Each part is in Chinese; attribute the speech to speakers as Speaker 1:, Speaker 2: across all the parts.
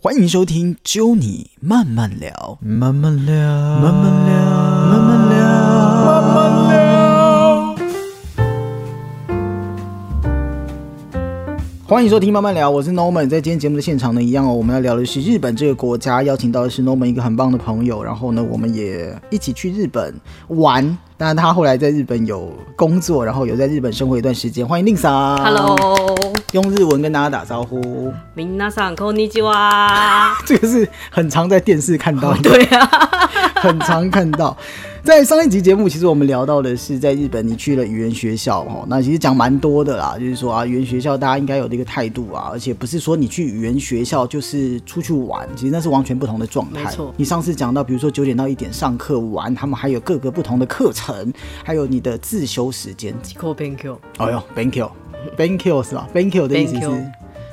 Speaker 1: 欢迎收听《揪你慢慢聊》，
Speaker 2: 慢慢聊，
Speaker 1: 慢慢聊，
Speaker 2: 慢慢聊，慢慢聊。
Speaker 1: 欢迎收听《慢慢聊》，我是 Norman。在今天节目的现场呢，一样哦，我们要聊的是日本这个国家，邀请到的是 Norman 一个很棒的朋友，然后呢，我们也一起去日本玩。当然，他后来在日本有工作，然后有在日本生活一段时间。欢迎令嫂
Speaker 3: Hello，
Speaker 1: 用日文跟大家打招呼，
Speaker 3: 明娜桑こんにちは。
Speaker 1: 这个是很常在电视看到的。
Speaker 3: 对啊，
Speaker 1: 很常看到。在上一集节目，其实我们聊到的是在日本你去了语言学校哦，那其实讲蛮多的啦，就是说啊，语言学校大家应该有的一个态度啊，而且不是说你去语言学校就是出去玩，其实那是完全不同的状态。
Speaker 3: 没错
Speaker 1: 你上次讲到，比如说九点到一点上课玩，他们还有各个不同的课程，还有你的自修时间。
Speaker 3: 自己勉強。
Speaker 1: 哎呦，thank you，thank you 是吧？thank you 的意思是
Speaker 3: Thank you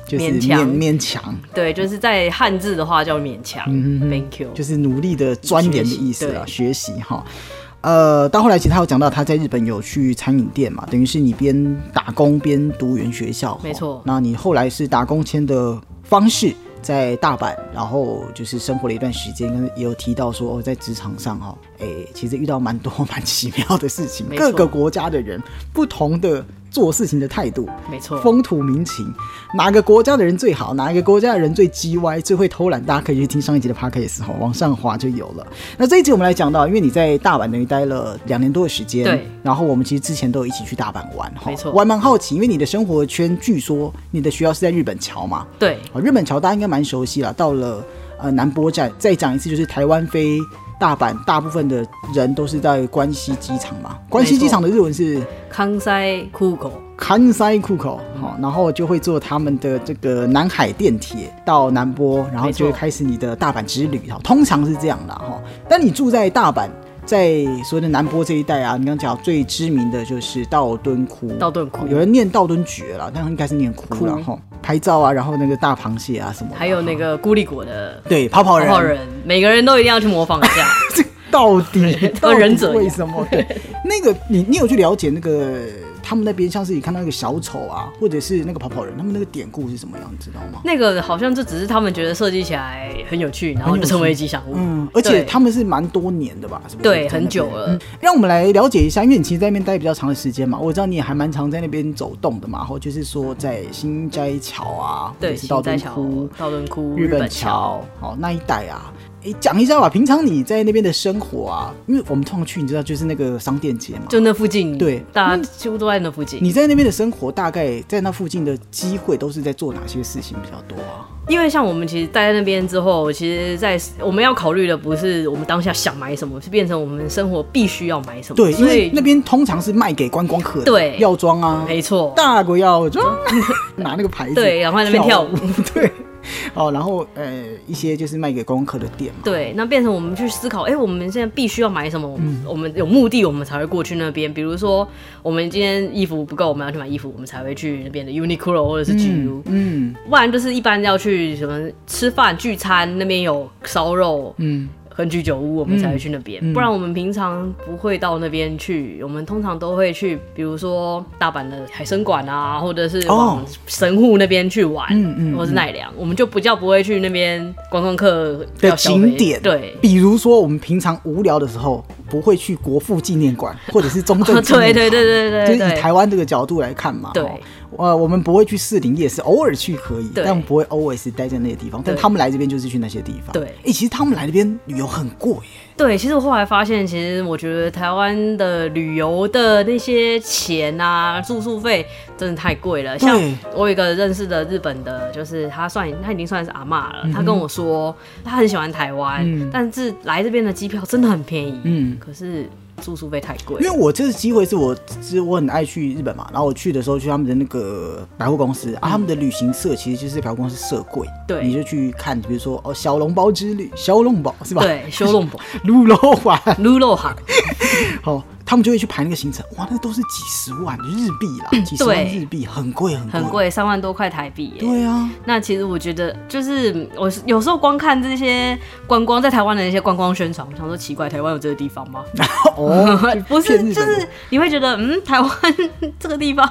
Speaker 1: 就是
Speaker 3: 勉
Speaker 1: 勉
Speaker 3: 强
Speaker 1: 勉强，
Speaker 3: 对，就是在汉字的话叫勉强。Thank
Speaker 1: 嗯
Speaker 3: you。
Speaker 1: 就是努力的钻研的意思啦，学
Speaker 3: 学
Speaker 1: 习哈。呃，到后来其实他有讲到他在日本有去餐饮店嘛，等于是你边打工边读语言学校，哈
Speaker 3: 没错
Speaker 1: 那你后来是打工签的方式在大阪，然后就是生活了一段时间，跟也有提到说哦，在职场上哈，哎、其实遇到蛮多蛮奇妙的事情，
Speaker 3: 没错
Speaker 1: 各个国家的人不同的做事情的态度，
Speaker 3: 没错
Speaker 1: 风土民情，哪个国家的人最好，哪一个国家的人最叽歪，最会偷懒，大家可以去听上一集的 podcast 哈，往上滑就有了。那这一集我们来讲到，因为你在大阪等于待了两年多的时间，
Speaker 3: 对
Speaker 1: 然后我们其实之前都有一起去大阪玩哈，
Speaker 3: 没错
Speaker 1: 我还蛮好奇，因为你的生活圈据说你的学校是在日本桥嘛，
Speaker 3: 对，
Speaker 1: 哦，日本桥大家应该蛮熟悉了。到了呃南波站，再讲一次，就是台湾飞大阪，大部分的人都是在关西机场嘛。关西机场的日文是
Speaker 3: 康塞酷狗。
Speaker 1: 関西库口，
Speaker 3: 嗯
Speaker 1: 好、然后就会坐他们的这个南海电铁到南波，然后
Speaker 3: 没错
Speaker 1: 就会开始你的大阪之旅哈、通常是这样的哈、但你住在大阪。在所谓的南波这一带啊，你刚讲最知名的就是道敦窟，
Speaker 3: 道顿窟
Speaker 1: 有人念道敦爵啦，但应该是念窟啦。
Speaker 3: 窟
Speaker 1: 哈。拍照啊，然后那个大螃蟹啊什么的，
Speaker 3: 还有那个孤立果的
Speaker 1: 对，跑跑
Speaker 3: 泡
Speaker 1: 人，
Speaker 3: 泡人，每个人都一定要去模仿一下。
Speaker 1: 到 底到底
Speaker 3: 忍者一样
Speaker 1: 为什么？对，那个你你有去了解那个他们那边，像是你看到那个小丑啊，或者是那个跑跑人，他们那个典故是什么样，你知道吗？
Speaker 3: 那个好像就只是他们觉得设计起来很有趣，然后就成为吉祥物。
Speaker 1: 嗯，而且
Speaker 3: 对
Speaker 1: 他们是蛮多年的吧？是不是？
Speaker 3: 对
Speaker 1: 在那边
Speaker 3: 很久了
Speaker 1: 嗯让我们来了解一下，因为你其实在那边待比较长的时间嘛，我知道你也还蛮常在那边走动的嘛，然后就是说在新斋桥啊，或
Speaker 3: 对，
Speaker 1: 者是道
Speaker 3: 新
Speaker 1: 顿
Speaker 3: 斋桥
Speaker 1: 窟、、
Speaker 3: 道顿窟、
Speaker 1: 日本
Speaker 3: 本
Speaker 1: 桥，好那一带啊。诶，讲一下吧，平常你在那边的生活啊，因为我们通常去，你知道就是那个商店街嘛，
Speaker 3: 就那附近，
Speaker 1: 对
Speaker 3: 大家几乎都在那附近。
Speaker 1: 你在那边的生活，大概在那附近的机会都是在做哪些事情比较多啊？
Speaker 3: 因为像我们其实待在那边之后，其实在，我们要考虑的不是我们当下想买什么，是变成我们生活必须要买什么。
Speaker 1: 对，因
Speaker 3: 所
Speaker 1: 为
Speaker 3: 以
Speaker 1: 那边通常是卖给观光客的，
Speaker 3: 对
Speaker 1: 药妆啊，
Speaker 3: 没错，
Speaker 1: 大国药妆，啊 拿那个牌子，
Speaker 3: 对然后在那边跳舞，
Speaker 1: 对，哦，然后呃，一些就是卖给观光客的店嘛，
Speaker 3: 对，那变成我们去思考，哎、我们现在必须要买什么？我们、
Speaker 1: 嗯
Speaker 3: 我们有目的，我们才会过去那边。比如说，我们今天衣服不够，我们要去买衣服，我们才会去那边的 Uniqlo 或者是 GU，、
Speaker 1: 嗯
Speaker 3: 不然就是一般要去什么吃饭聚餐，那边有烧肉，
Speaker 1: 嗯，
Speaker 3: 和居酒屋，我们才会去那边，不然我们平常不会到那边去。我们通常都会去，比如说大阪的海参馆啊，或者是
Speaker 1: 哦
Speaker 3: 往神户那边去玩，
Speaker 1: 嗯嗯
Speaker 3: 或是奈良，我们就比较不会去那边观光客
Speaker 1: 的
Speaker 3: 要消费
Speaker 1: 景点，
Speaker 3: 对。
Speaker 1: 比如说我们平常无聊的时候，不会去国父纪念 馆或者是中正
Speaker 3: 对
Speaker 1: 纪念堂
Speaker 3: 对对对对
Speaker 1: 就
Speaker 3: 对
Speaker 1: 是以台
Speaker 3: 对，
Speaker 1: 湾这个角度来看嘛，
Speaker 3: 对
Speaker 1: 哦，呃，我们不会去士林夜市，偶尔去可以，
Speaker 3: 对
Speaker 1: 但不会 always 待在那些地方。但
Speaker 3: 对
Speaker 1: 他们来这边就是去那些地方。
Speaker 3: 对
Speaker 1: 哎，其实他们来这边旅游很贵耶，
Speaker 3: 对，其实我后来发现，其实我觉得台湾的旅游的那些钱啊，住宿费真的太贵了。像
Speaker 1: 对
Speaker 3: 我有一个认识的日本的，就是他算他已经算是阿嬷
Speaker 1: 嗯
Speaker 3: 了，他跟我说他很喜欢台湾，但是来这边的机票真的很便宜，
Speaker 1: 嗯
Speaker 3: 可是住宿费太贵
Speaker 1: 因。为我这次机会是我，是我很爱去日本嘛，然后我去的时候去他们的那个百货公司啊，他们的旅行社其实就是百货公司社柜，
Speaker 3: 嗯对
Speaker 1: 你就去看，比如说哦，小笼包之旅，小笼包是吧？
Speaker 3: 对，修弄不
Speaker 1: 鹿肉丸，
Speaker 3: 撸肉行，
Speaker 1: 好、哦他们就会去排那个行程，哇，那都是几十万日币啦，几十万
Speaker 3: 对
Speaker 1: 日币，很贵很贵。
Speaker 3: 嗯很贵，三万多块台币耶。
Speaker 1: 对 啊，
Speaker 3: 那其实我觉得，就是我是有时候光看这些观光在台湾的那些观光宣传，我想说奇怪，台湾有这个地方吗？，
Speaker 1: 哦
Speaker 3: 不
Speaker 1: 骗
Speaker 3: 是，
Speaker 1: 日
Speaker 3: 就
Speaker 1: 本人
Speaker 3: 是你会觉得，嗯，台湾 这个地方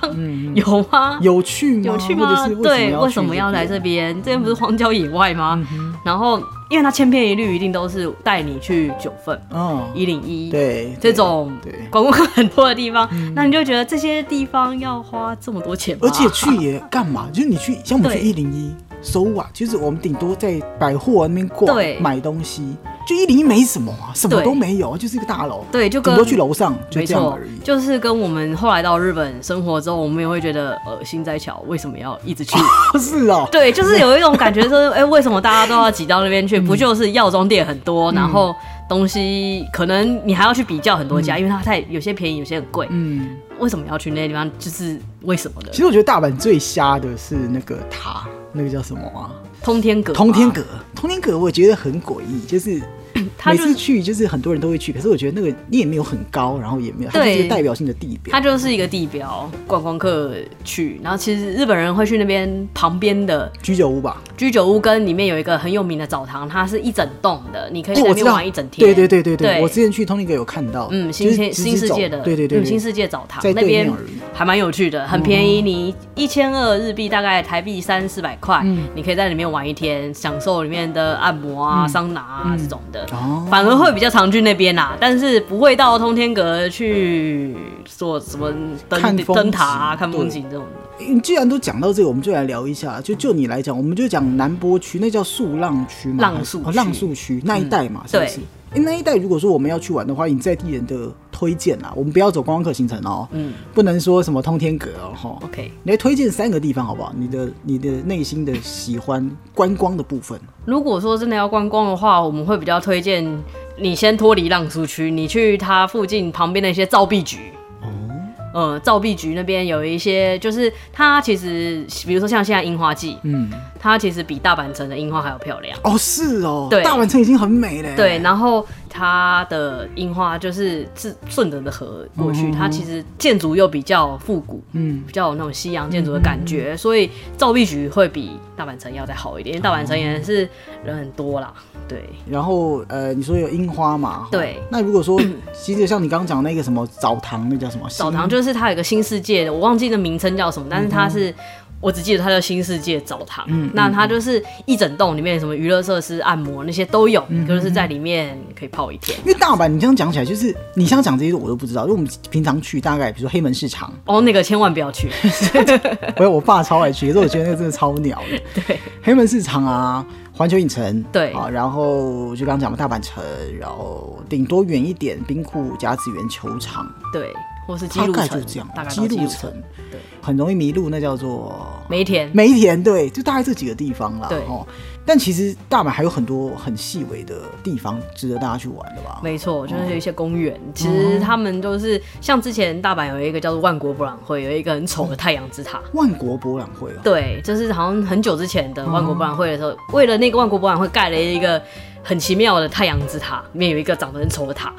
Speaker 3: 有吗？
Speaker 1: 嗯有趣吗？
Speaker 3: 有趣
Speaker 1: 或
Speaker 3: 吗
Speaker 1: 者是？
Speaker 3: 对，为什
Speaker 1: 什
Speaker 3: 么
Speaker 1: 么
Speaker 3: 要
Speaker 1: 要
Speaker 3: 来
Speaker 1: 去嗯
Speaker 3: 这边？这边不是荒郊野外吗？然后，因为它千篇一律，一定都是带你去九份、
Speaker 1: 国？嗯，
Speaker 3: 一零一，
Speaker 1: 对，
Speaker 3: 这种
Speaker 1: 对
Speaker 3: 观光客很多的地方，那你就觉得这些地方要花这么多钱吗？
Speaker 1: 而且去也干嘛？就是你去，像我们去
Speaker 3: 对
Speaker 1: 一零一搜啊，就是我们顶多在百货那边逛
Speaker 3: 对
Speaker 1: 买东西，就一零一没什么啊，什么
Speaker 3: 对
Speaker 1: 都没有啊，就是一个大楼，
Speaker 3: 对就
Speaker 1: 顶
Speaker 3: 跟
Speaker 1: 多去楼上，就
Speaker 3: 没
Speaker 1: 这样
Speaker 3: 错
Speaker 1: 而已，。
Speaker 3: 就是跟我们后来到日本生活之后，我们也会觉得呃，心在桥为什么要一直去？
Speaker 1: 是哦，
Speaker 3: 对，就是有一种感觉， 说，哎、为什么大家都要挤到那边去？
Speaker 1: 嗯
Speaker 3: 不就是药妆店很多，然后东西可能你还要去比较很多家，因为它太有些便宜，有些很贵。
Speaker 1: 嗯，
Speaker 3: 为什么要去那些地方？就是为什么的
Speaker 1: 其？实我觉得大阪最瞎的是那个塔，那个叫什么啊？
Speaker 3: 通天阁，
Speaker 1: 通天阁，，通天阁我觉得很诡异，就是。
Speaker 3: 嗯它
Speaker 1: 每
Speaker 3: 就是
Speaker 1: 次去就是很多人都会去，可是我觉得那个你也没有很高，然后也没有，它就是一
Speaker 3: 对
Speaker 1: 个代表性的地标。
Speaker 3: 它就是一个地标，观光客去。然后其实日本人会去那边旁边的
Speaker 1: 居酒屋吧？
Speaker 3: 居酒屋，跟里面有一个很有名的澡堂，它是一整栋的，你可以在
Speaker 1: 哦，我
Speaker 3: 那
Speaker 1: 知
Speaker 3: 边
Speaker 1: 道，
Speaker 3: 玩一整天。
Speaker 1: 对对对对对，
Speaker 3: 对
Speaker 1: 我之前去通灵阁有看到，
Speaker 3: 嗯，
Speaker 1: 就
Speaker 3: 新
Speaker 1: 是
Speaker 3: 天
Speaker 1: 直
Speaker 3: 新世
Speaker 1: 走
Speaker 3: 界的，
Speaker 1: 对对对，
Speaker 3: 嗯，
Speaker 1: 对
Speaker 3: 新世界澡堂
Speaker 1: 在
Speaker 3: 那
Speaker 1: 对面
Speaker 3: 边
Speaker 1: 而已嗯
Speaker 3: 还蛮有趣的，很便宜，你一千二日币大概台币三四百块，
Speaker 1: 嗯
Speaker 3: 你可以在里面玩一天，享受里面的按摩啊、
Speaker 1: 嗯
Speaker 3: 桑拿啊这种的，
Speaker 1: 哦
Speaker 3: 反而会比较常去那边啦，但是不会到通天阁去做什么
Speaker 1: 看
Speaker 3: 灯
Speaker 1: 风
Speaker 3: 灯塔啊、
Speaker 1: 景
Speaker 3: 看风
Speaker 1: 对
Speaker 3: 景这种的。
Speaker 1: 你嗯既然都讲到这个，我们就来聊一下。就就你来讲，我们就讲南波区，那叫树浪区嘛，
Speaker 3: 浪速区嗯
Speaker 1: 哦浪速区那一带嘛，是不是
Speaker 3: 对？
Speaker 1: 诶那一带如果说我们要去玩的话，以在地人的推荐啊，我们不要走观光客行程哦，
Speaker 3: 嗯
Speaker 1: 不能说什么通天阁哦，哈。
Speaker 3: OK，
Speaker 1: 你来推荐三个地方好不好？你的你的内心的喜欢观光的部分，
Speaker 3: 如果说真的要观光的话，我们会比较推荐你先脱离浪速区，你去它附近旁边的一些造币局。哦，呃，造币局那边有一些，就是它其实，比如说像现在樱花季，
Speaker 1: 嗯，
Speaker 3: 它其实比大阪城的樱花还要漂亮。
Speaker 1: 哦是哦，
Speaker 3: 对
Speaker 1: 大阪城已经很美嘞，
Speaker 3: 对，然后它的樱花就是是顺着的河过去，它其实建筑又比较复古，
Speaker 1: 嗯，
Speaker 3: 比较有那种西洋建筑的感觉，所以造币局会比大阪城要再好一点，因为大阪城也是人很多啦，对。
Speaker 1: 然后呃，你说有樱花嘛？
Speaker 3: 对
Speaker 1: 齁那如果 说，其实像你刚刚讲那个什么澡堂，那叫什么？
Speaker 3: 澡堂就是它有一个新世界的，我忘记那名称叫什么，但是
Speaker 1: 嗯
Speaker 3: 它是。我只记得它叫新世界澡堂，那它就是一整栋里面什么娱乐设施、按摩那些都有，
Speaker 1: 嗯
Speaker 3: 就是在里面可以泡一天。
Speaker 1: 因为大阪，你这样讲起来，就是你像讲这些我都不知道，因为我们平常去大概比如说黑门市 场，
Speaker 3: 哦，那个千万不 要去，
Speaker 1: 我有我爸超爱去，可是我觉得那个真的超鸟的。
Speaker 3: 对，
Speaker 1: 黑门市场啊，环球影城，
Speaker 3: 对
Speaker 1: 啊，然后就刚刚讲嘛，大阪城，然后顶多远一点，兵库甲子园球场，
Speaker 3: 对，或是基
Speaker 1: 大
Speaker 3: 路
Speaker 1: 概就
Speaker 3: 城
Speaker 1: 这样，，
Speaker 3: 大概
Speaker 1: 基
Speaker 3: 到
Speaker 1: 路
Speaker 3: 路
Speaker 1: 城
Speaker 3: 城，，
Speaker 1: 对，很容易迷路，那叫做
Speaker 3: 梅田，
Speaker 1: 梅田对，就大概这几个地方啦。
Speaker 3: 对
Speaker 1: 哦，但其实大阪还有很多很细微的地方值得大家去玩的吧？
Speaker 3: 没错，就是有一些公园，
Speaker 1: 嗯
Speaker 3: 其实他们就是像之前大阪有一个叫做万国博览会，有一个很丑的太阳之塔，
Speaker 1: 万国博览会啊，
Speaker 3: 对，就是好像很久之前的万国博览会的时候，为了那个万国博览会盖了一个很奇妙的太阳之塔，里面有一个长得很丑的塔。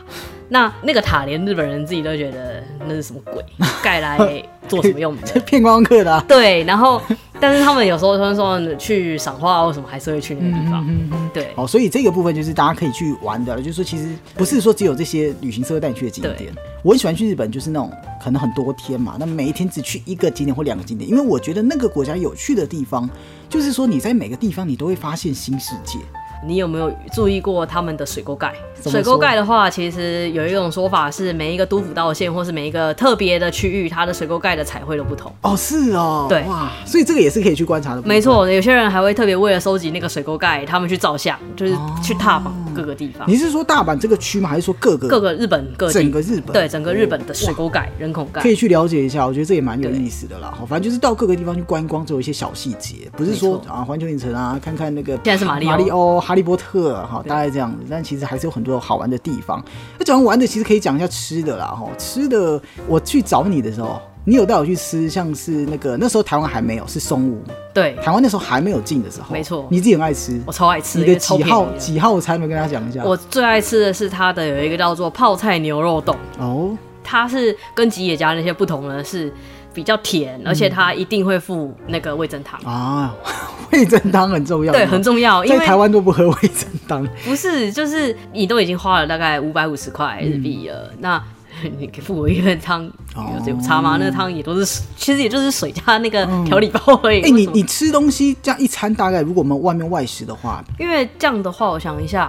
Speaker 3: 那那个塔连日本人自己都觉得那是什么鬼，盖来做什么用
Speaker 1: 这
Speaker 3: 的？
Speaker 1: 骗观光客的、啊。
Speaker 3: 对，然后但是他们有时候他们说去赏花啊或什么，还是会去那个地方。对
Speaker 1: 哦，所以这个部分就是大家可以去玩的了，就是说其实不是说只有这些旅行社会带你去的景点
Speaker 3: 对。
Speaker 1: 我很喜欢去日本，就是那种可能很多天嘛，那每一天只去一个景点或两个景点，因为我觉得那个国家有趣的地方，就是说你在每个地方你都会发现新世界。
Speaker 3: 你有没有注意过他们的水沟盖？
Speaker 1: 么说
Speaker 3: 水沟盖的话，其实有一种说法是每一个都府道县或是每一个特别的区域，它的水沟盖的彩绘都不同。
Speaker 1: 哦，是哦，
Speaker 3: 对
Speaker 1: 哇，所以这个也是可以去观察的。
Speaker 3: 没，错，有些人还会特别为了收集那个水沟盖，他们去照相，就是去踏访各个地方，
Speaker 1: 哦你是说大阪这个区吗？还是说各个
Speaker 3: 各个日本各地，
Speaker 1: 整个日本
Speaker 3: 对整个日本的水沟盖、人孔盖
Speaker 1: 可。以去了解一下，我觉得这也蛮有意思的啦。好，反正就是到各个地方去观光，只有一些小细节，不是说
Speaker 3: 没错
Speaker 1: 啊环球影城啊，看看那个现
Speaker 3: 在是马里
Speaker 1: 马
Speaker 3: 奥
Speaker 1: 里奥、哈利波特哈，大概这样子。但其实还是有很多好玩的地方。那讲完玩的，其实可以讲一下吃的啦。哈，吃的我去找你的时候，你有带我去吃，像是那个那时候台湾还没有，是松屋，
Speaker 3: 对，
Speaker 1: 台湾那时候还没有进的时候，
Speaker 3: 没错
Speaker 1: 你自己很爱吃
Speaker 3: 我。超爱吃的，
Speaker 1: 你的
Speaker 3: 因为超
Speaker 1: 几啊
Speaker 3: 便宜
Speaker 1: 号
Speaker 3: 的
Speaker 1: 几号餐？没跟大家讲一下。
Speaker 3: 我最爱吃的是它的有一个叫做泡菜牛肉冻，
Speaker 1: 哦，
Speaker 3: 它是跟吉野家那些不同的是比较甜，而且它一定会附那个味噌汤。
Speaker 1: 啊， 味噌汤很重要，
Speaker 3: 对，很重要，因
Speaker 1: 在
Speaker 3: 为
Speaker 1: 台湾都不喝味噌汤，
Speaker 3: 不是就是你都已经花了大概五百五十块日币了，那 你给付我一份汤
Speaker 1: 哦
Speaker 3: 有有差吗？那个汤也都是水，其实也就是水加那个调理包而已。
Speaker 1: 哎、你
Speaker 3: 为什么
Speaker 1: 你吃东西这样一餐大概，如果我们外面外食的话，
Speaker 3: 因为这样的话，我想一下，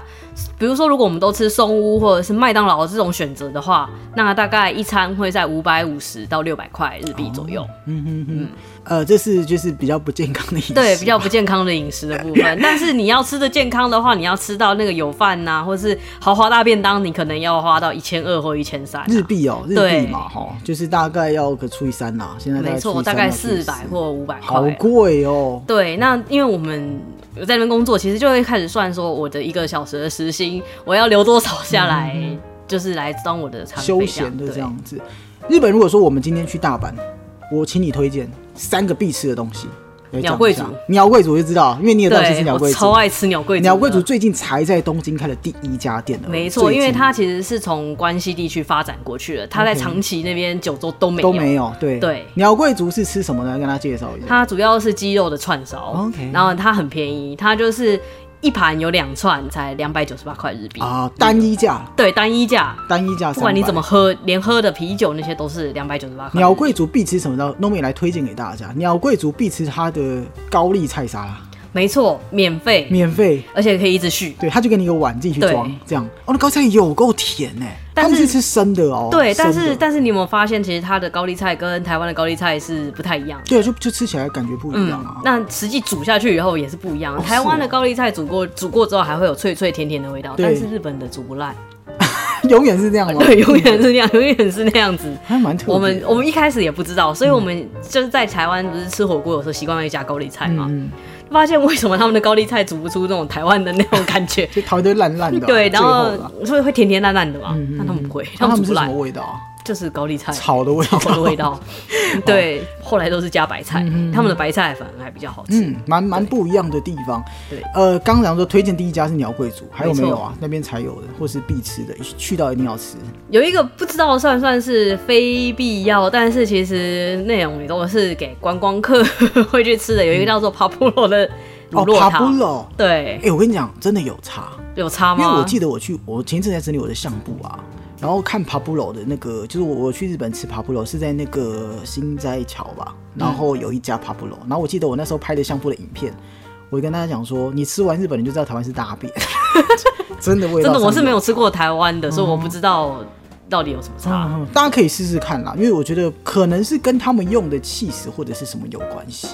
Speaker 3: 比如说如果我们都吃松屋或者是麦当劳这种选择的话，那大概一餐会在五百五十到六百块日币左
Speaker 1: 哦
Speaker 3: 右。
Speaker 1: 呃，这是就是比较不健康的饮食，
Speaker 3: 嗯对，比较不健康的饮食的部 分。但是你要吃的健康的话，你要吃到那个有饭呐、或是豪华大便当，你可能要花到一千二或一千三。啊
Speaker 1: 日币哦，日
Speaker 3: 对
Speaker 1: 币嘛哈，就是大概要个除以三啦，现在
Speaker 3: 没错，大
Speaker 1: 大
Speaker 3: 概
Speaker 1: 概除以
Speaker 3: 四
Speaker 1: 三到
Speaker 3: 百
Speaker 1: 除以
Speaker 3: 或五百块
Speaker 1: 好。贵哦，
Speaker 3: 对，那因为我们有在那边工作，其实就会开始算说我的一个小时的时薪，我要留多少下来，就是来当我的餐费
Speaker 1: 嗯休
Speaker 3: 这样
Speaker 1: 闲的
Speaker 3: 对
Speaker 1: 这样子。日本如果说我们今天去大阪，我请你推荐三个必吃的东西。来
Speaker 3: 鸟贵
Speaker 1: 讲一下
Speaker 3: 族
Speaker 1: 鸟贵族我就知道，因为你也知道其实
Speaker 3: 对，
Speaker 1: 鸟
Speaker 3: 我
Speaker 1: 贵
Speaker 3: 超
Speaker 1: 族，
Speaker 3: 爱吃鸟贵族的。
Speaker 1: 鸟贵族最近才在东京开了第一家店的，
Speaker 3: 没错，
Speaker 1: 最
Speaker 3: 因
Speaker 1: 近
Speaker 3: 为它其实是从关西地区发展过去的，它在
Speaker 1: OK
Speaker 3: 长崎那边九州都没
Speaker 1: 都
Speaker 3: 有。
Speaker 1: 没有，对
Speaker 3: 对
Speaker 1: 鸟贵族是吃什么呢？跟大家介绍一下。
Speaker 3: 它主要是鸡肉的串烧
Speaker 1: OK
Speaker 3: 然后它很便宜，它就是一盘有两串，才两百九十八块日币。
Speaker 1: 啊，单一价，
Speaker 3: 对，单一价，
Speaker 1: 单一价，
Speaker 3: 不管你怎么。喝，连喝的啤酒那些都是两百九十八块。
Speaker 1: 鸟贵族必吃什么呢？n o m i 来推荐给大家。鸟贵族必吃它的高丽菜沙拉，
Speaker 3: 没错，免费，
Speaker 1: 免费。
Speaker 3: 而且可以一直续。
Speaker 1: 对，他就给你一个碗，自己去
Speaker 3: 对
Speaker 1: 装，这样。哦，那高丽菜有够甜呢、
Speaker 3: 但
Speaker 1: 他
Speaker 3: 是
Speaker 1: 们是吃生的哦。
Speaker 3: 对，但
Speaker 1: 生
Speaker 3: 是
Speaker 1: 的
Speaker 3: 但是你有没有发现，其实它的高丽菜跟台湾的高丽菜是不太一样的。嗯
Speaker 1: 对，就就吃起来感觉不一样啊。
Speaker 3: 那实际煮下去以后也是不一样。
Speaker 1: 哦
Speaker 3: 台湾
Speaker 1: 是
Speaker 3: 的
Speaker 1: 哦
Speaker 3: 高丽菜煮过煮过之后还会有脆脆甜甜的味道，
Speaker 1: 对
Speaker 3: 但是日本的煮不烂，
Speaker 1: 永远是这样吗？
Speaker 3: 嗯对，永远是那样，永远是那样 子。
Speaker 1: 还蛮特别的。
Speaker 3: 我们我们一开始也不知道，所以我
Speaker 1: 嗯
Speaker 3: 们就是在台湾不是吃火锅有时候习惯会加高丽菜嘛，
Speaker 1: 嗯，。
Speaker 3: 发现为什么他们的高丽菜煮不出那种台湾的那种感觉
Speaker 1: 就头都烂烂的啊、
Speaker 3: 对，然后
Speaker 1: 最啦
Speaker 3: 所以会甜甜烂烂的嘛，
Speaker 1: 嗯嗯
Speaker 3: 但他们不会，
Speaker 1: 那
Speaker 3: 他
Speaker 1: 他
Speaker 3: 们
Speaker 1: 们
Speaker 3: 煮不
Speaker 1: 是什
Speaker 3: 烂
Speaker 1: 么，哦味道啊？
Speaker 3: 就是高丽菜
Speaker 1: 草的味道。
Speaker 3: 草的味。 道。对，后来都是加白菜，他们的白菜反而还比较好吃。
Speaker 1: 嗯，蛮蛮不一样的地方。
Speaker 3: 对
Speaker 1: 呃，刚刚讲说推荐第一家是鸟贵族，还有没
Speaker 3: 没
Speaker 1: 有
Speaker 3: 错
Speaker 1: 啊？那边才有的，或是必吃的，去到一定要吃。
Speaker 3: 有一个不知道算不算是非必要，但是其实内容也都是给观光客 会去吃的。有一个叫做 Papulo 的
Speaker 1: 嗯
Speaker 3: 乳
Speaker 1: 哦，
Speaker 3: 酪
Speaker 1: 帕布
Speaker 3: 塔，
Speaker 1: 罗。
Speaker 3: 对
Speaker 1: 哎、，我跟你讲，真的有差，
Speaker 3: 有啊差
Speaker 1: 因
Speaker 3: 吗？
Speaker 1: 为我记得我去，我前一阵在整理我的相簿啊，然后看帕布罗的那个，就是我我去日本吃帕布罗是在那个新斋桥吧，
Speaker 3: 嗯
Speaker 1: 然后有一家帕布罗，然后我记得我那时候拍的相簿的影片，我跟大家讲说，你吃完日本你就知道台湾是大便， 真的味道
Speaker 3: 真的我是
Speaker 1: 上面哦
Speaker 3: 没有吃过台湾的，所以我不知道到底有什么差。
Speaker 1: 嗯大家可以试试看啦，因为我觉得可能是跟他们用的气势或者是什么有关系，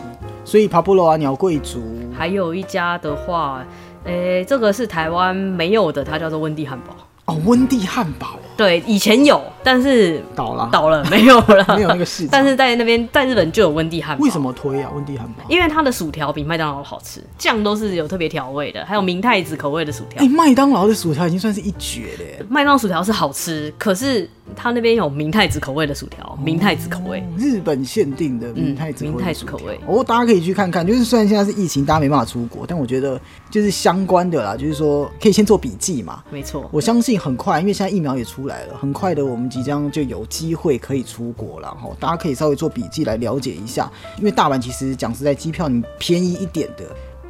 Speaker 1: 所以帕布罗啊、鸟贵族，
Speaker 3: 还有一家的话，诶、这个是台湾没有的，它叫做温蒂汉堡。
Speaker 1: 哦，温蒂汉堡哦
Speaker 3: 对，以前有，但是
Speaker 1: 倒了，
Speaker 3: 倒了，没有了，
Speaker 1: 没有那个市场
Speaker 3: 但是在那边，在日本就有温蒂汉堡。
Speaker 1: 为什？么推啊？温蒂汉堡？
Speaker 3: 因为它的薯条比麦当劳好吃，酱都是有特别调味的，还有明太子口味的薯条
Speaker 1: 哎、。麦当劳的薯条已经算是一绝了耶。
Speaker 3: 麦当劳薯条是好吃，可是它那边有明太子口味的薯
Speaker 1: 哦
Speaker 3: 条，明太子口味。
Speaker 1: 日本限定的明太子口味
Speaker 3: 嗯明
Speaker 1: 的
Speaker 3: 太子
Speaker 1: 薯
Speaker 3: 口
Speaker 1: 条
Speaker 3: 味
Speaker 1: 哦，大家可以去看看。就是虽然现在是疫情，大家没办法出国，但我觉得就是相关的啦，就是说可以先做笔记嘛。
Speaker 3: 没错，
Speaker 1: 我相信很快，因为现在疫苗也出来了，很快的我们即将就有机会可以出国了哈。大家可以稍微做笔记来了解一下，因为大阪其实讲实在，机票你便宜一点的，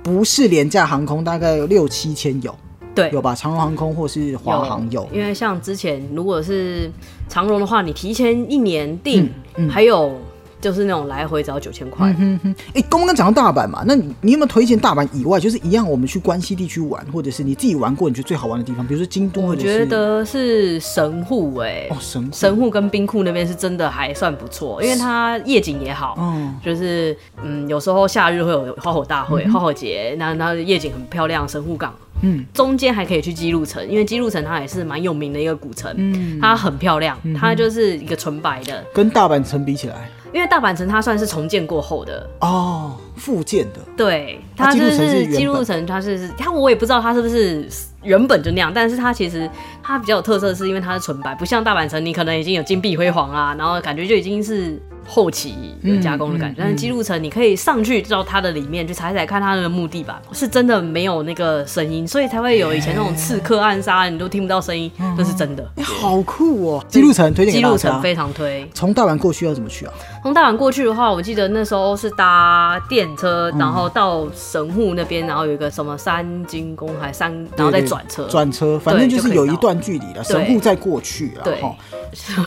Speaker 1: 不是廉价航空，大概有六七千有
Speaker 3: 对，
Speaker 1: 有吧？长荣航空或是华航有，
Speaker 3: 因为像之前如果是长荣的话，你提前一年订，
Speaker 1: 嗯嗯
Speaker 3: 还有就是那种来回只要九千块。
Speaker 1: 嗯哼，哎、刚刚讲到大阪嘛，那你你有没有推荐大阪以外，就是一样我们去关西地区玩，或者是你自己玩过你觉得最好玩的地方，比如说京都，
Speaker 3: 我
Speaker 1: 或者
Speaker 3: 觉
Speaker 1: 是
Speaker 3: 得是神户哎、
Speaker 1: 哦神户
Speaker 3: 神户跟兵库那边是真的还算不错，因为它夜景也好，
Speaker 1: 嗯
Speaker 3: 就是嗯，有时候夏日会有花火大会、花火节，那那夜景很漂亮，神户港。
Speaker 1: 嗯，
Speaker 3: 中间还可以去姬路城，因为姬路城它也是蛮有名的一个古城，嗯，它很漂亮，它就是一个纯白的，
Speaker 1: 跟大阪城比起来，哎
Speaker 3: 因为大阪城它算是重建过后的，
Speaker 1: 哦，附件的
Speaker 3: 对，
Speaker 1: 它
Speaker 3: 它
Speaker 1: 姬
Speaker 3: 就
Speaker 1: 路城是
Speaker 3: 是
Speaker 1: 原
Speaker 3: 姬路
Speaker 1: 本
Speaker 3: 城，它是它我也不知道它是不是原本就那样，但是它其实它比较有特色，是因为它是纯白，不像大阪城你可能已经有金碧辉煌啊，然后感觉就已经是后期有加工的感觉。
Speaker 1: 嗯嗯
Speaker 3: 但是基路城你可以上去到它的里面去踩踩看它的木地板，是真的没有那个声音，所以才会有以前那种刺客暗杀你都听不到声音，那是真的。
Speaker 1: 哎、好酷哦！基路城推荐
Speaker 3: 基
Speaker 1: 给大
Speaker 3: 路
Speaker 1: 家
Speaker 3: 城。非常推，
Speaker 1: 从大阪过去要怎么去啊？
Speaker 3: 从大阪过去的话，我记得那时候是搭电车，
Speaker 1: 嗯
Speaker 3: 然后到神户那边，然后有一个什么三金宫还三，然后再转车，
Speaker 1: 转车，反正
Speaker 3: 对
Speaker 1: 就
Speaker 3: 就是可以
Speaker 1: 有一
Speaker 3: 到
Speaker 1: 段距离了，
Speaker 3: 对
Speaker 1: 神户再过去了，
Speaker 3: 对
Speaker 1: 哈，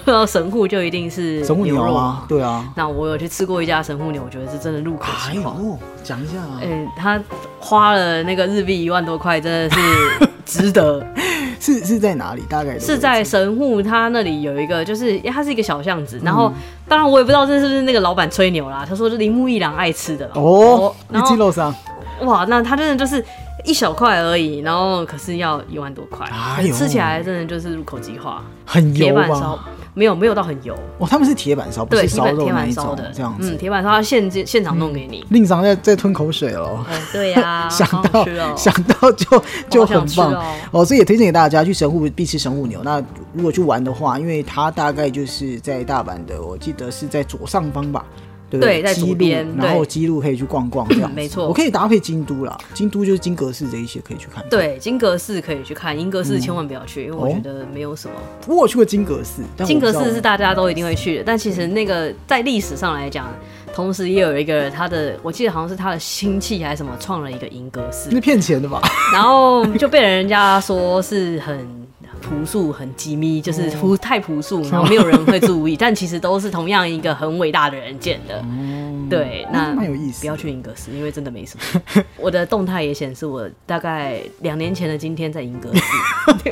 Speaker 3: 到神户就一定是
Speaker 1: 神户牛
Speaker 3: 肉
Speaker 1: 啊，。对啊，
Speaker 3: 那我有去吃过一家神户牛，我觉得是真的入口
Speaker 1: 哎
Speaker 3: 即化。
Speaker 1: 呦，讲一下啊，
Speaker 3: 嗯、他花了那个日币一万多块，真 的是值得。
Speaker 1: 是是在哪里？大概的
Speaker 3: 是在
Speaker 1: 位置
Speaker 3: 神户，他那里有一个，就是它是一个小巷子。然
Speaker 1: 嗯
Speaker 3: 后，当然我也不知道这是不是那个老板吹牛啦，他说是铃木一郎爱吃的啦。
Speaker 1: 哦，一
Speaker 3: 然后
Speaker 1: 进肉上，
Speaker 3: 哇，那它真的就是一小块而已，然后可是要一万多块，
Speaker 1: 哎呦
Speaker 3: 吃起来真的就是入口即化。
Speaker 1: 很
Speaker 3: 铁
Speaker 1: 油
Speaker 3: 板烧
Speaker 1: 吧？
Speaker 3: 没有没有到很油，
Speaker 1: 哦，他们是铁板烧，不
Speaker 3: 对，
Speaker 1: 是
Speaker 3: 铁
Speaker 1: 烧
Speaker 3: 板
Speaker 1: 肉
Speaker 3: 铁
Speaker 1: 那
Speaker 3: 板
Speaker 1: 一
Speaker 3: 烧
Speaker 1: 种
Speaker 3: 的，
Speaker 1: 这样
Speaker 3: 嗯，
Speaker 1: 子。
Speaker 3: 铁板烧它现现场弄给你。
Speaker 1: 令长在在吞口水了。
Speaker 3: 嗯，对 呀、
Speaker 1: 想
Speaker 3: 好好
Speaker 1: 到
Speaker 3: 吃哦，
Speaker 1: 想到就就很
Speaker 3: 吃
Speaker 1: 棒
Speaker 3: 哦
Speaker 1: 哦，所以也推荐给大家去神户必吃神户牛。那如果去玩的话，因为它大概就是在大阪的，我记得是在左上方吧，对不
Speaker 3: 对在左
Speaker 1: 姬路
Speaker 3: 边
Speaker 1: 然后
Speaker 3: 对
Speaker 1: 姬路可以去逛逛这样子
Speaker 3: 没错
Speaker 1: 我可以搭配京都啦，京都就是金阁寺这一些可以去看。，
Speaker 3: 对，金阁寺可以去看，银阁
Speaker 1: 嗯
Speaker 3: 寺千万不要去，因为我觉得没有什么。
Speaker 1: 我有去过金阁寺，哦但我
Speaker 3: 金阁
Speaker 1: 不知道
Speaker 3: 寺是大家都一定会去的，但其实那个在历史上来讲，同时也有一个他的，我记得好像是他的亲戚还是什么创了一个银阁寺，
Speaker 1: 那骗钱的吧？
Speaker 3: 然后就被人家说是很朴素、很机密，
Speaker 1: 哦
Speaker 3: 就是朴太朴素，然后没有人会注意。但其实都是同样一个很伟大的人建的。对，那
Speaker 1: 哦蛮有意思的
Speaker 3: 不要去银格斯，因为真的没什么。我的动态也显示我大概两年前的今天在银格斯。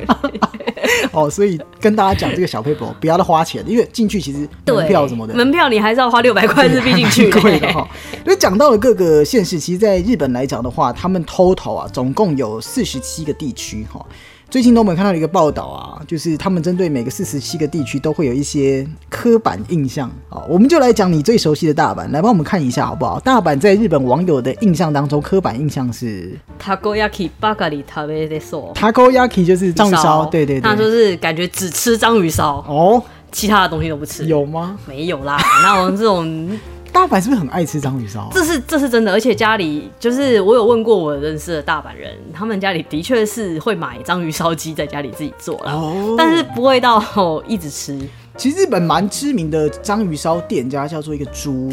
Speaker 1: 哦，所以跟大家讲这个小 paper 不要再花钱，因为进去其实
Speaker 3: 对，
Speaker 1: 门票什么的
Speaker 3: 门票你还是要花六百块日币进去
Speaker 1: 挺贵的哈、哦 因为讲到了各个县市，其实在日本来讲的话，他们 total 啊，总共有四十七个地区哈、最近都没有看到一个报道啊，就是他们针对每个四十七个地区都会有一些刻板印象啊、我们就来讲你最熟悉的大阪，来帮我们看一下好不好？大阪在日本网友的印象当中，刻板印象是
Speaker 3: Takoyaki 巴咖喱食べでそう。
Speaker 1: takoyaki 就是章鱼烧，对对
Speaker 3: 那就
Speaker 1: 对。
Speaker 3: 是感觉只吃章鱼烧，
Speaker 1: 哦，
Speaker 3: 其他的东西都不吃。
Speaker 1: 有吗？
Speaker 3: 没有啦？那我们这种
Speaker 1: 大阪是不是很爱吃章鱼烧啊？
Speaker 3: 这是这是真的，而且家里就是我有问过我认识的大阪人，他们家里的确是会买章鱼烧鸡在家里自己做啦，
Speaker 1: 哦
Speaker 3: 但是不会到、一直吃。
Speaker 1: 其实日本蛮知名的章鱼烧店家叫做一个竹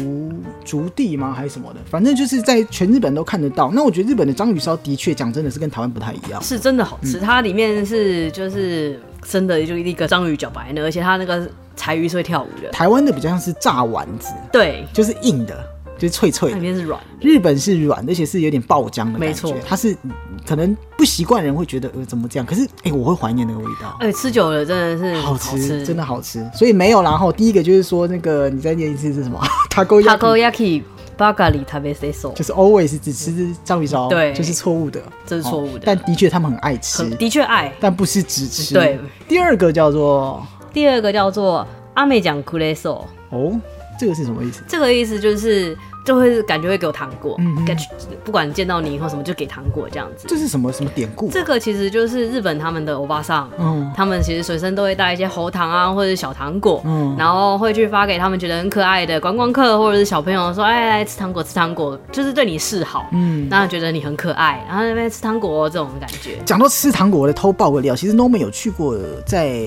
Speaker 1: 竹地吗还是什么的，反正就是在全日本都看得到。那我觉得日本的章鱼烧的确讲真的是跟台湾不太一样，
Speaker 3: 是真的好
Speaker 1: 嗯
Speaker 3: 吃，它里面是就是真的就一个章鱼脚白呢，而且它那个柴鱼是会跳舞的，
Speaker 1: 台湾的比较像是炸丸子，
Speaker 3: 对，
Speaker 1: 就是硬的，就是脆脆
Speaker 3: 它里
Speaker 1: 的。
Speaker 3: 面是软的。
Speaker 1: 日本是软，而且是有点爆浆的感
Speaker 3: 没
Speaker 1: 觉
Speaker 3: 错，
Speaker 1: 它是嗯可能不习惯人会觉得呃怎么这样，可是哎、我会怀念那个味道，
Speaker 3: 哎、吃久了真的是
Speaker 1: 好
Speaker 3: 吃，
Speaker 1: 吃，真的好吃。所以没有啦，然后第一个就是说那个你再念一次是什 么 t a k o y a k i
Speaker 3: Takoyaki 巴咖喱食べでそう
Speaker 1: 就是 always 只吃章鱼烧，
Speaker 3: 对
Speaker 1: 就是错误的，
Speaker 3: 这是错误的
Speaker 1: 哦但的确他们很爱吃，
Speaker 3: 很的确爱。
Speaker 1: 但不是只吃。
Speaker 3: 对，
Speaker 1: 第二个叫做
Speaker 3: 第二个叫做阿美讲苦雷寿。
Speaker 1: 哦，这个是什么意思？
Speaker 3: 这个意思就是就会感觉会给我糖果，
Speaker 1: 嗯嗯
Speaker 3: 感觉不管见到你以后什么就给糖果这样子。
Speaker 1: 这是什么什么典故？
Speaker 3: 这个其实就是日本他们的欧巴桑，
Speaker 1: 嗯
Speaker 3: 他们其实随身都会带一些喉糖啊或者小糖果，
Speaker 1: 嗯
Speaker 3: 然后会去发给他们觉得很可爱的观光客或者是小朋友说，哎来吃糖果吃糖果，就是对你示好，
Speaker 1: 嗯。
Speaker 3: 让他觉得你很可爱，然后在那边吃糖果、哦、这种感觉。
Speaker 1: 讲到吃糖果，我来偷爆个料。其实 Norman 有去过，在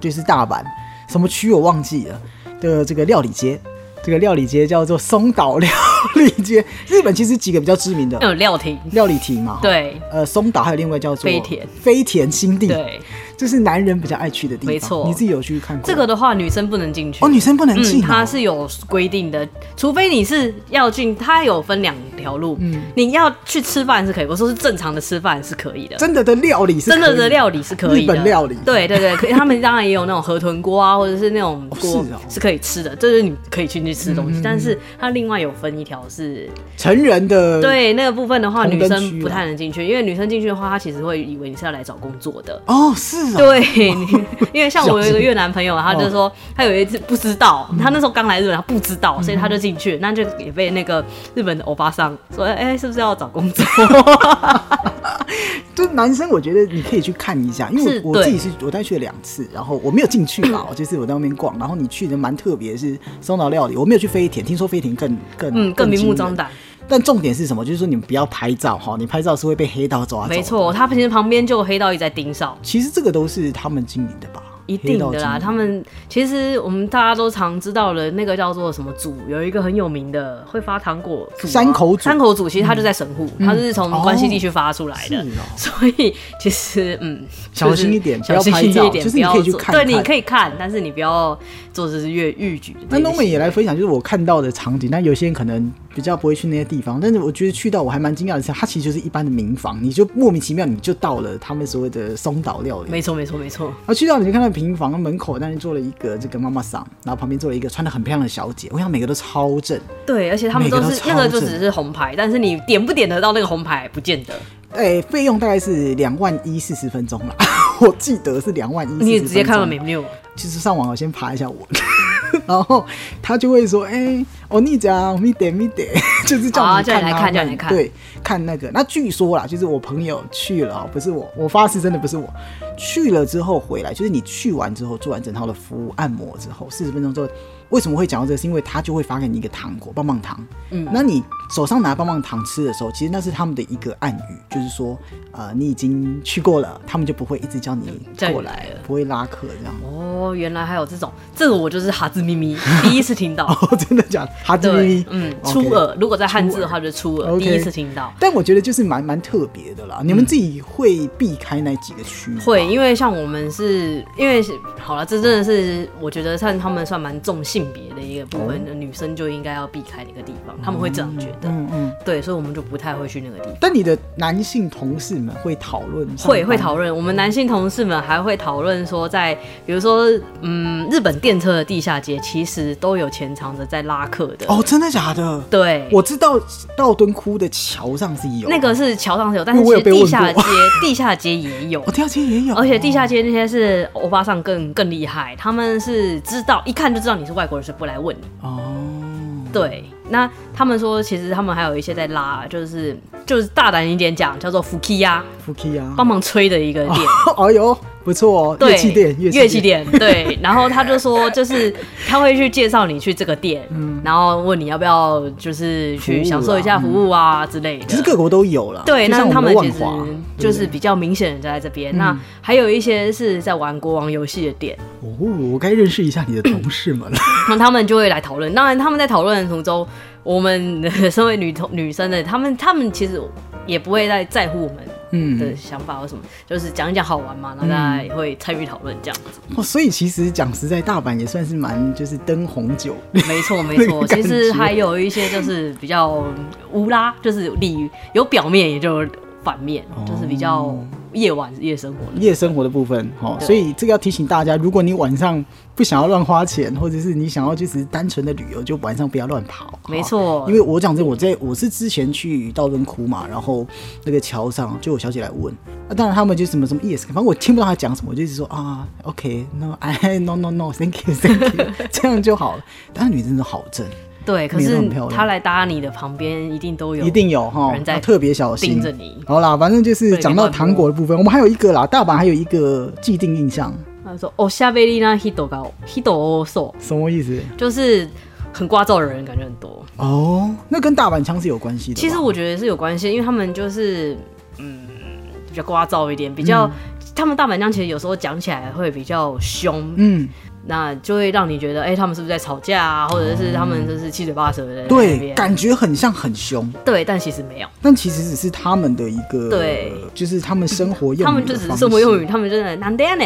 Speaker 1: 就是大阪什么区我忘记了的这个料理街，这个料理街叫做松岛料理街。 日本其实几个比较知名的
Speaker 3: 那有料亭，
Speaker 1: 料理亭嘛，，
Speaker 3: 嗯对
Speaker 1: 呃，松岛还有另外叫做
Speaker 3: 飞田
Speaker 1: 飞田新地，
Speaker 3: 对，
Speaker 1: 这是男人比较爱去的地方。
Speaker 3: 没错
Speaker 1: 你自己有去看过
Speaker 3: 这个的话女生不能进去
Speaker 1: 哦，女生不能进、
Speaker 3: 嗯，
Speaker 1: 哦
Speaker 3: 它是有规定的，除非你是要进，它有分两条路，
Speaker 1: 嗯
Speaker 3: 你要去吃饭是可以，我说是正常的吃饭是可以的。
Speaker 1: 真的的料理是
Speaker 3: 真的的料
Speaker 1: 理
Speaker 3: 理是可以的，
Speaker 1: 日本料理
Speaker 3: 对对对， 可以。他们当然也有那种河豚锅啊，或者是那种锅
Speaker 1: 是哦嗯
Speaker 3: 是可以吃的，这、就是你可以进去吃东西。但是它另外有分一条是，
Speaker 1: 成人的
Speaker 3: 对那个部分的话，
Speaker 1: 红灯
Speaker 3: 女
Speaker 1: 区
Speaker 3: 生
Speaker 1: 啊
Speaker 3: 不太能进去，因为女生进去的话，她其实会以为你是要来找工作的。
Speaker 1: 哦，是啊，
Speaker 3: 对，你因为像我有一个越南朋友，他就说他有一次不知道，他那时候刚来日本，他不知道，所以他就进去，那就也被那个日本的欧巴桑说，哎、是不是要找工作？
Speaker 1: 就是男生，我觉得你可以去看一下，因为
Speaker 3: 是
Speaker 1: 我我自己
Speaker 3: 对
Speaker 1: 是我大概去了两次，然后我没有进去 啦，就是我在外面逛，然后你去的蛮特别，是松岛料理，我没有去飞田，听说飞田更更
Speaker 3: 嗯，更明目
Speaker 1: 惊
Speaker 3: 张。
Speaker 1: 人
Speaker 3: 胆。
Speaker 1: 但重点是什么？就是说你们不要拍照哈，你拍照是会被黑道抓走。啊
Speaker 3: 没，错，他其实旁边就有黑道一直在盯梢，
Speaker 1: 其实这个都是他们经营的吧？
Speaker 3: 一定的啦。
Speaker 1: 黑道经营
Speaker 3: 他们其实我们大家都常知道了，那个叫做什么组，有一个很有名的会发糖果组啊，
Speaker 1: 山口组嗯
Speaker 3: 山口组其实他就在神户，他是从关西地区发出来的，
Speaker 1: 是哦
Speaker 3: 所以其实嗯，
Speaker 1: 小心一点
Speaker 3: 就是小
Speaker 1: 不要拍
Speaker 3: 心
Speaker 1: 照
Speaker 3: 一点，
Speaker 1: 就是
Speaker 3: 不
Speaker 1: 你
Speaker 3: 要
Speaker 1: 可以去
Speaker 3: 做
Speaker 1: 看
Speaker 3: 对，
Speaker 1: 看
Speaker 3: 你可以看，但是你不要做这是越逾矩的这
Speaker 1: 那
Speaker 3: 些行为。
Speaker 1: 东美也来分享，就是我看到的场景。但有些人可能比较不会去那些地方，但是我觉得去到我还蛮惊讶的是，它其实就是一般的民房，你就莫名其妙你就到了他们所谓的松岛料理。
Speaker 3: 没错，没错，没错。
Speaker 1: 然后去到你就看到平房门口，那里坐了一个这个妈妈桑，然后旁边坐了一个穿的很漂亮的小姐，我想每个都超正。
Speaker 3: 对，而且他们都
Speaker 1: 每个
Speaker 3: 是
Speaker 1: 都超
Speaker 3: 那个就
Speaker 1: 正
Speaker 3: 只是红牌，但是你点不点得到那个红牌，不见得。
Speaker 1: 哎，费用大概是两万一四十分钟啦， 我记得是两万一。
Speaker 3: 你也直接看了
Speaker 1: 没？
Speaker 3: menu，
Speaker 1: 就是上网我先爬一下我， 然后他就会说：“哎、哦，你讲咪得咪得， 就是叫
Speaker 3: 啊
Speaker 1: 你
Speaker 3: 叫
Speaker 1: 看
Speaker 3: 你来
Speaker 1: 他
Speaker 3: 看
Speaker 1: 们
Speaker 3: 叫你来看
Speaker 1: 对，看那个。那据说啦，就是我朋友去了哦，不是我，我发誓真的不是我。去了之后回来，就是你去完之后做完整套的服务按摩之后，四十分钟之后，为什么会讲到这个？是因为他就会发给你一个糖果棒棒糖。嗯，那你手上拿棒棒糖吃的时候，其实那是他们的一个暗语，就是说，呃，你已经去过了，他们就不会一直叫你
Speaker 3: 叫你
Speaker 1: 过
Speaker 3: 来了
Speaker 1: 不会拉客这样。
Speaker 3: 哦，原来还有这种，这个我就是哈兹咪咪，第一次听到。
Speaker 1: 哦，真的假的？哈兹咪
Speaker 3: 对
Speaker 1: 咪，，
Speaker 3: 嗯，
Speaker 1: OK
Speaker 3: 初。耳，如果在汉字的话就是初耳，
Speaker 1: OK
Speaker 3: 第一次听到。
Speaker 1: 但我觉得就是蛮蛮特别的啦。你们自己会避开那几个区吗？
Speaker 3: 嗯会，因为像我们是因为是好了，这真的是我觉得算他们算蛮重性别的一个部分，女生就应该要避开的一个地方，他们会这样觉得。
Speaker 1: 嗯嗯。
Speaker 3: 对，所以我们就不太会去那个地方。
Speaker 1: 但你的男性同事们会讨论上班？
Speaker 3: 会会讨论，我们男性同事们还会讨论说在，比如说，嗯，日本电车的地下街其实都有潜藏着在拉客的。
Speaker 1: 哦，真的假的？
Speaker 3: 对，
Speaker 1: 我知道道敦窟的桥上是有
Speaker 3: 那个是桥上是有，但是
Speaker 1: 我
Speaker 3: 其
Speaker 1: 有
Speaker 3: 实
Speaker 1: 被问
Speaker 3: 地下街
Speaker 1: 过
Speaker 3: 地下街也有
Speaker 1: 哦，。第二街也有，
Speaker 3: 而且地下街那些是欧巴桑更更厉害，他们是知道一看就知道你是外国人，是不来问你。
Speaker 1: 哦，
Speaker 3: 对，那他们说其实他们还有一些在拉，就是就是大胆一点讲，叫做福基呀，
Speaker 1: 夫妻啊，
Speaker 3: 帮忙吹的一个店。
Speaker 1: 哦，哎呦，不错哦，
Speaker 3: 对，
Speaker 1: 乐器店，
Speaker 3: 乐器，店，对。然后他就说，就是他会去介绍你去这个店，然后问你要不要就是
Speaker 1: 嗯服务
Speaker 3: 去
Speaker 1: 啊
Speaker 3: 享受一下服务啊之类的。
Speaker 1: 其实各国都有啦。
Speaker 3: 对，
Speaker 1: 就
Speaker 3: 那
Speaker 1: 像
Speaker 3: 他
Speaker 1: 我
Speaker 3: 们
Speaker 1: 们
Speaker 3: 其
Speaker 1: 万
Speaker 3: 实
Speaker 1: 华嗯
Speaker 3: 就是比较明显的就在这边。那还有一些是在玩国王游戏的店，
Speaker 1: 哦，我该认识一下你的同事们 了。
Speaker 3: 那他们就会来讨论。当然，他们在讨论的途中，我们 身为女同女生的他们，他们其实也不会太在乎我们
Speaker 1: 嗯，
Speaker 3: 的想法或什么，就是讲一讲好玩嘛，然后大家也会参与讨论这样子。
Speaker 1: 哦，所以其实讲实在，大阪也算是蛮就是灯红酒绿。
Speaker 3: 没错，没
Speaker 1: 那个
Speaker 3: 错。
Speaker 1: 感
Speaker 3: 其实
Speaker 1: 觉
Speaker 3: 还有一些就是比较无啦，就是里有表面，也就反面，
Speaker 1: 哦
Speaker 3: 就是比较夜晚夜生活的。
Speaker 1: 夜生活的部分，哦，
Speaker 3: 对
Speaker 1: 所以这个要提醒大家，如果你晚上不想要乱花钱，或者是你想要就只是单纯的旅游，就晚上不要乱跑。哦
Speaker 3: 没错
Speaker 1: 因为我讲真，我在我是之前去道顿窟嘛，然后那个桥上就有小姐来问，啊，当然他们就什么什么 yes，反正我听不到她讲什么，我就一直说 啊，OK，no，I no no no，thank you，thank you，这样就好了。但是女真的好正，
Speaker 3: 对，可
Speaker 1: 女生
Speaker 3: 是
Speaker 1: 很漂亮
Speaker 3: 他来搭你的旁边，一定都有，
Speaker 1: 一定有哈，
Speaker 3: 人在
Speaker 1: 要特别小心，
Speaker 3: 盯着你
Speaker 1: 好啦，反正就是
Speaker 3: 对
Speaker 1: 讲到糖果的部分，我们还有一个啦，大阪还有一个既定印象，
Speaker 3: 他说哦，夏贝利娜 hito 高 hito so，
Speaker 1: 什么意思？
Speaker 3: 就是很聒噪的人，感觉很多。
Speaker 1: 哦，那跟大阪腔是有关系的吧。
Speaker 3: 其实我觉得是有关系，因为他们就是嗯比较聒噪一点，比
Speaker 1: 嗯
Speaker 3: 较、他们大阪腔其实有时候讲起来会比较凶，
Speaker 1: 嗯，
Speaker 3: 那就会让你觉得，哎、他们是不是在吵架啊？或者是他们就是七嘴八舌的在那
Speaker 1: 对，
Speaker 3: 边
Speaker 1: 感觉很像很凶，
Speaker 3: 对，但其实没有，
Speaker 1: 但其实只是他们的一个，
Speaker 3: 对，
Speaker 1: 就是他们生活用语的
Speaker 3: 他
Speaker 1: 方式，哦
Speaker 3: 们就只是生活用语，他们真的南丹呢，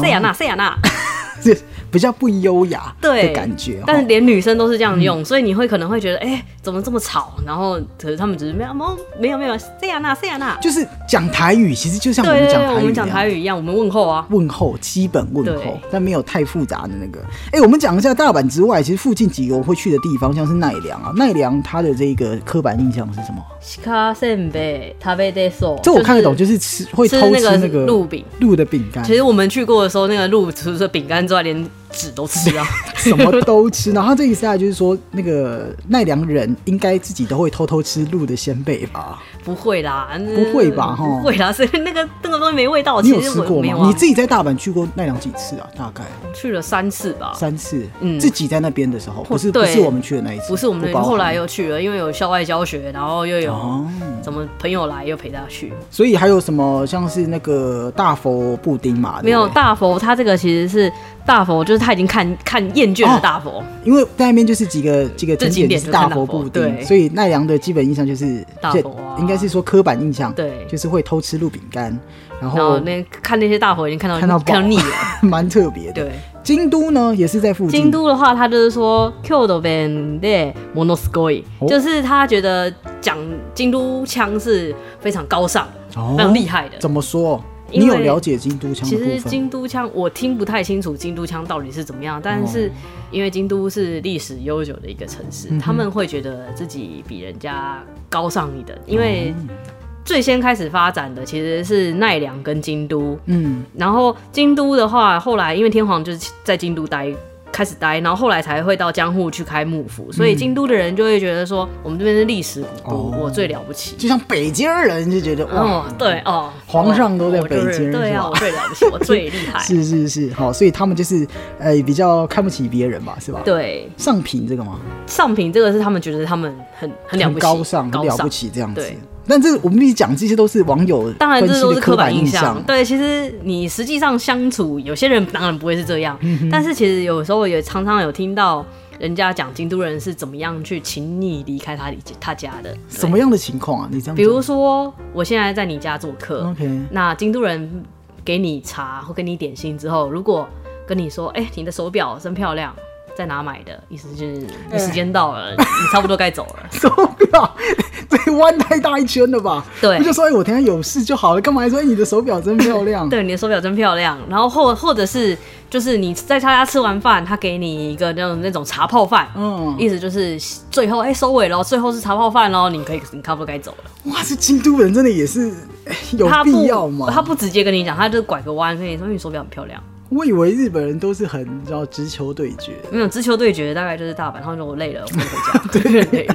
Speaker 3: 塞亚那塞亚那，
Speaker 1: 是比较不优雅
Speaker 3: 对
Speaker 1: 的感觉。
Speaker 3: 但是
Speaker 1: 哦
Speaker 3: 连女生都是这样用，所以你会可能会觉得，哎、怎么这么吵？然后可是他们只是没有哦没有没有塞亚那塞亚那，
Speaker 1: 就是讲台语，其实就像我
Speaker 3: 对
Speaker 1: 们
Speaker 3: 对
Speaker 1: 讲
Speaker 3: 对，
Speaker 1: 台
Speaker 3: 我
Speaker 1: 语
Speaker 3: 们
Speaker 1: 一
Speaker 3: 讲台
Speaker 1: 样。
Speaker 3: 语一样，我们问候啊，
Speaker 1: 问候基本问候
Speaker 3: 对，
Speaker 1: 但没有太复杂的那个。哎、我们讲一下大阪之外，其实附近几个我会去的地方，像是奈良啊，奈良它的这个刻板印象是什么？
Speaker 3: 西卡せんべい食べてそう，
Speaker 1: 这我看得懂，就是吃会
Speaker 3: 吃
Speaker 1: 偷
Speaker 3: 那
Speaker 1: 吃
Speaker 3: 个
Speaker 1: 那个
Speaker 3: 鹿饼。
Speaker 1: 鹿的饼干
Speaker 3: 其。实我们去过的时候，那个鹿除了饼干之外，连纸都吃啊。
Speaker 1: 什么都吃。然后这意思啊，就是说那个奈良人应该自己都会偷偷吃鹿的鲜贝吧？
Speaker 3: 不会啦，嗯
Speaker 1: 不会吧吼
Speaker 3: 不会啦，所以那个那个东西没味道。
Speaker 1: 你
Speaker 3: 其
Speaker 1: 有
Speaker 3: 实
Speaker 1: 吃
Speaker 3: 我
Speaker 1: 过
Speaker 3: 没有
Speaker 1: 吗？
Speaker 3: 啊
Speaker 1: 你自己在大阪去过奈良几次啊？大概
Speaker 3: 去了三次吧，
Speaker 1: 三次。
Speaker 3: 嗯
Speaker 1: 自己在那边的时候，不是不
Speaker 3: 哦对
Speaker 1: 是我们去的那一次，
Speaker 3: 不是我们
Speaker 1: 包含
Speaker 3: 后来又去了，因为有校外教学，然后又有
Speaker 1: 啊哦。
Speaker 3: 什么朋友来又陪他去，
Speaker 1: 所以还有什么像是那个大佛布丁嘛？对不
Speaker 3: 没有
Speaker 1: 对
Speaker 3: 大佛，他这个其实是大佛，就是他已经看看厌倦
Speaker 1: 哦
Speaker 3: 了大佛，
Speaker 1: 因为在那边就是几个几个
Speaker 3: 最
Speaker 1: 景点
Speaker 3: 经典
Speaker 1: 是
Speaker 3: 就是
Speaker 1: 大
Speaker 3: 大
Speaker 1: 佛
Speaker 3: 佛
Speaker 1: 布丁，
Speaker 3: 对
Speaker 1: 所以奈良的基本印象就是
Speaker 3: 大
Speaker 1: 这
Speaker 3: 佛啊
Speaker 1: 应该是说刻板印象，
Speaker 3: 对
Speaker 1: 就是会偷吃鹿饼干，然
Speaker 3: 然
Speaker 1: 后
Speaker 3: 后那看那些大佛已经看到
Speaker 1: 看到
Speaker 3: 看
Speaker 1: 饱
Speaker 3: 到腻了，
Speaker 1: 蛮特别的。
Speaker 3: 对。
Speaker 1: 京都呢也是在附近，
Speaker 3: 京都的话，他就是说 “Q 的 ben de monoscoy”，、
Speaker 1: 哦
Speaker 3: 就是他觉得讲京都腔是非常高尚、
Speaker 1: 哦
Speaker 3: 非常厉害的。
Speaker 1: 怎么说？
Speaker 3: 因
Speaker 1: 你
Speaker 3: 为
Speaker 1: 有了解京都腔
Speaker 3: 其
Speaker 1: 的部
Speaker 3: 实
Speaker 1: 分？
Speaker 3: 京都腔我听不太清楚京都腔到底是怎么样，但
Speaker 1: 哦
Speaker 3: 是因为京都是历史悠久的一个城市，
Speaker 1: 嗯
Speaker 3: 他们会觉得自己比人家高尚一等，因为
Speaker 1: 哦
Speaker 3: 最先开始发展的其实是奈良跟京都，
Speaker 1: 嗯，
Speaker 3: 然后京都的话，后来因为天皇就是在京都待。开始待，然后后来才会到江户去开幕府，所以京都的人就会觉得说，我们这边是历史古都，
Speaker 1: 哦
Speaker 3: 我最了 不起。
Speaker 1: 就像北京人就觉得哇，
Speaker 3: 哦，对哦，
Speaker 1: 皇上都在
Speaker 3: 我就是
Speaker 1: 北京
Speaker 3: 对
Speaker 1: 是吧
Speaker 3: 啊，我最了不起，我最厉害。
Speaker 1: 是是是，好，所以他们就是呃比较看不起别人吧，是吧？，
Speaker 3: 对，
Speaker 1: 上品这个吗？
Speaker 3: 上品这个是他们觉得他们很很了
Speaker 1: 很
Speaker 3: 不起，
Speaker 1: 高尚，很
Speaker 3: 高
Speaker 1: 了
Speaker 3: 尚
Speaker 1: 不。起这样子
Speaker 3: 对。
Speaker 1: 但这我们一讲，这些都是网友
Speaker 3: 当然，
Speaker 1: 分
Speaker 3: 这
Speaker 1: 析
Speaker 3: 都
Speaker 1: 的
Speaker 3: 是
Speaker 1: 刻
Speaker 3: 板
Speaker 1: 印
Speaker 3: 象。对，其实你实际上相处，有些人当然不会是这样，
Speaker 1: 嗯
Speaker 3: 但是其实有时候也常常有听到人家讲京都人是怎么样去请你离开他离他家的。对
Speaker 1: 什么？样的情况啊？你这样讲，
Speaker 3: 比如说，我现在在你家做客
Speaker 1: OK
Speaker 3: 那京都人给你茶或给你点心之后，如果跟你说：“哎、你的手表真漂亮，在哪买的？”意思就是你时间到了，你差不多该走 了。
Speaker 1: 手表， 这弯太大一圈了吧？
Speaker 3: 对
Speaker 1: 不就说哎，我等一下有事就好了，干嘛还说哎你的手表真漂亮？
Speaker 3: 对，你的手表真漂亮。然后或或者是就是你在他家吃完饭，他给你一个那种那种茶泡饭，
Speaker 1: 嗯
Speaker 3: 意思就是最后哎、收尾喽，最后是茶泡饭喽，你可以你差不多该走了。
Speaker 1: 哇，这京都人真的也是哎有
Speaker 3: 他
Speaker 1: 必
Speaker 3: 不
Speaker 1: 要吗？
Speaker 3: 他不直接跟你讲，他就拐个弯跟你说你手表很漂亮。
Speaker 1: 我以为日本人都是很叫直球对决，
Speaker 3: 没有直球对决，大概就是大阪，他们说我累了，我 们回家。对 对对，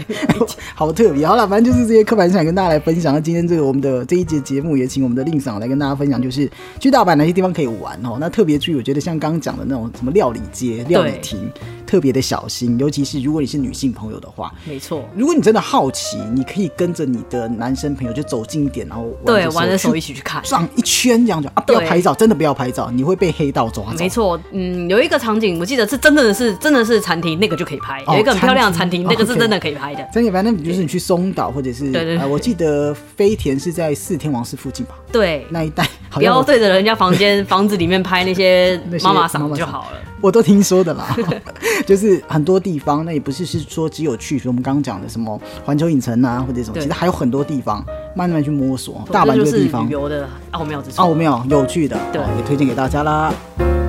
Speaker 1: 好特别。好了，反正就是这些刻板印象跟大家来分享。那今天这个我们的这一节节目也请我们的令赏来跟大家分享，就是去大阪哪些地方可以玩哦。那特别注意，我觉得像刚刚讲的那种什么料理街、料理亭，特别的小心，尤其是如果你是女性朋友的话。
Speaker 3: 没错。
Speaker 1: 如果你真的好奇，你可以跟着你的男生朋友就走近一点，然后
Speaker 3: 对，玩
Speaker 1: 着
Speaker 3: 着手
Speaker 1: 去
Speaker 3: 一起去看。
Speaker 1: 转一圈这样就啊，不要
Speaker 3: 对
Speaker 1: 拍照，真的不要拍照，你会被黑道抓走。
Speaker 3: 没错，嗯，有一个场景我记得是真的是真的是餐厅，那个就可以拍；
Speaker 1: 哦
Speaker 3: 有一个很漂亮的餐厅，
Speaker 1: 餐
Speaker 3: 那
Speaker 1: 厅哦
Speaker 3: 个是真的可以拍的。
Speaker 1: 真的，反正就是你去松岛或者是
Speaker 3: 对对对
Speaker 1: 呃，我记得飞田是在四天王寺附近吧，
Speaker 3: 对，
Speaker 1: 那一 带好
Speaker 3: 不
Speaker 1: 像
Speaker 3: 要
Speaker 1: 我
Speaker 3: 对着人家房间、房子里面拍那些
Speaker 1: 那些
Speaker 3: 妈妈
Speaker 1: 妈
Speaker 3: 桑
Speaker 1: 妈
Speaker 3: 就
Speaker 1: 桑
Speaker 3: 好了。
Speaker 1: 我都听说的啦， 就是很多地方，那也不是是说只有去，比如我们刚刚讲的什么环球影城啊或者什么，
Speaker 3: 对
Speaker 1: 其实还有很多地方慢慢去摸索。大
Speaker 3: 这
Speaker 1: 阪
Speaker 3: 就
Speaker 1: 个
Speaker 3: 是
Speaker 1: 地方哦
Speaker 3: 旅，游的奥妙之处。
Speaker 1: 奥妙有趣的，
Speaker 3: 对
Speaker 1: 哦也推荐给大家啦。
Speaker 3: 拜拜。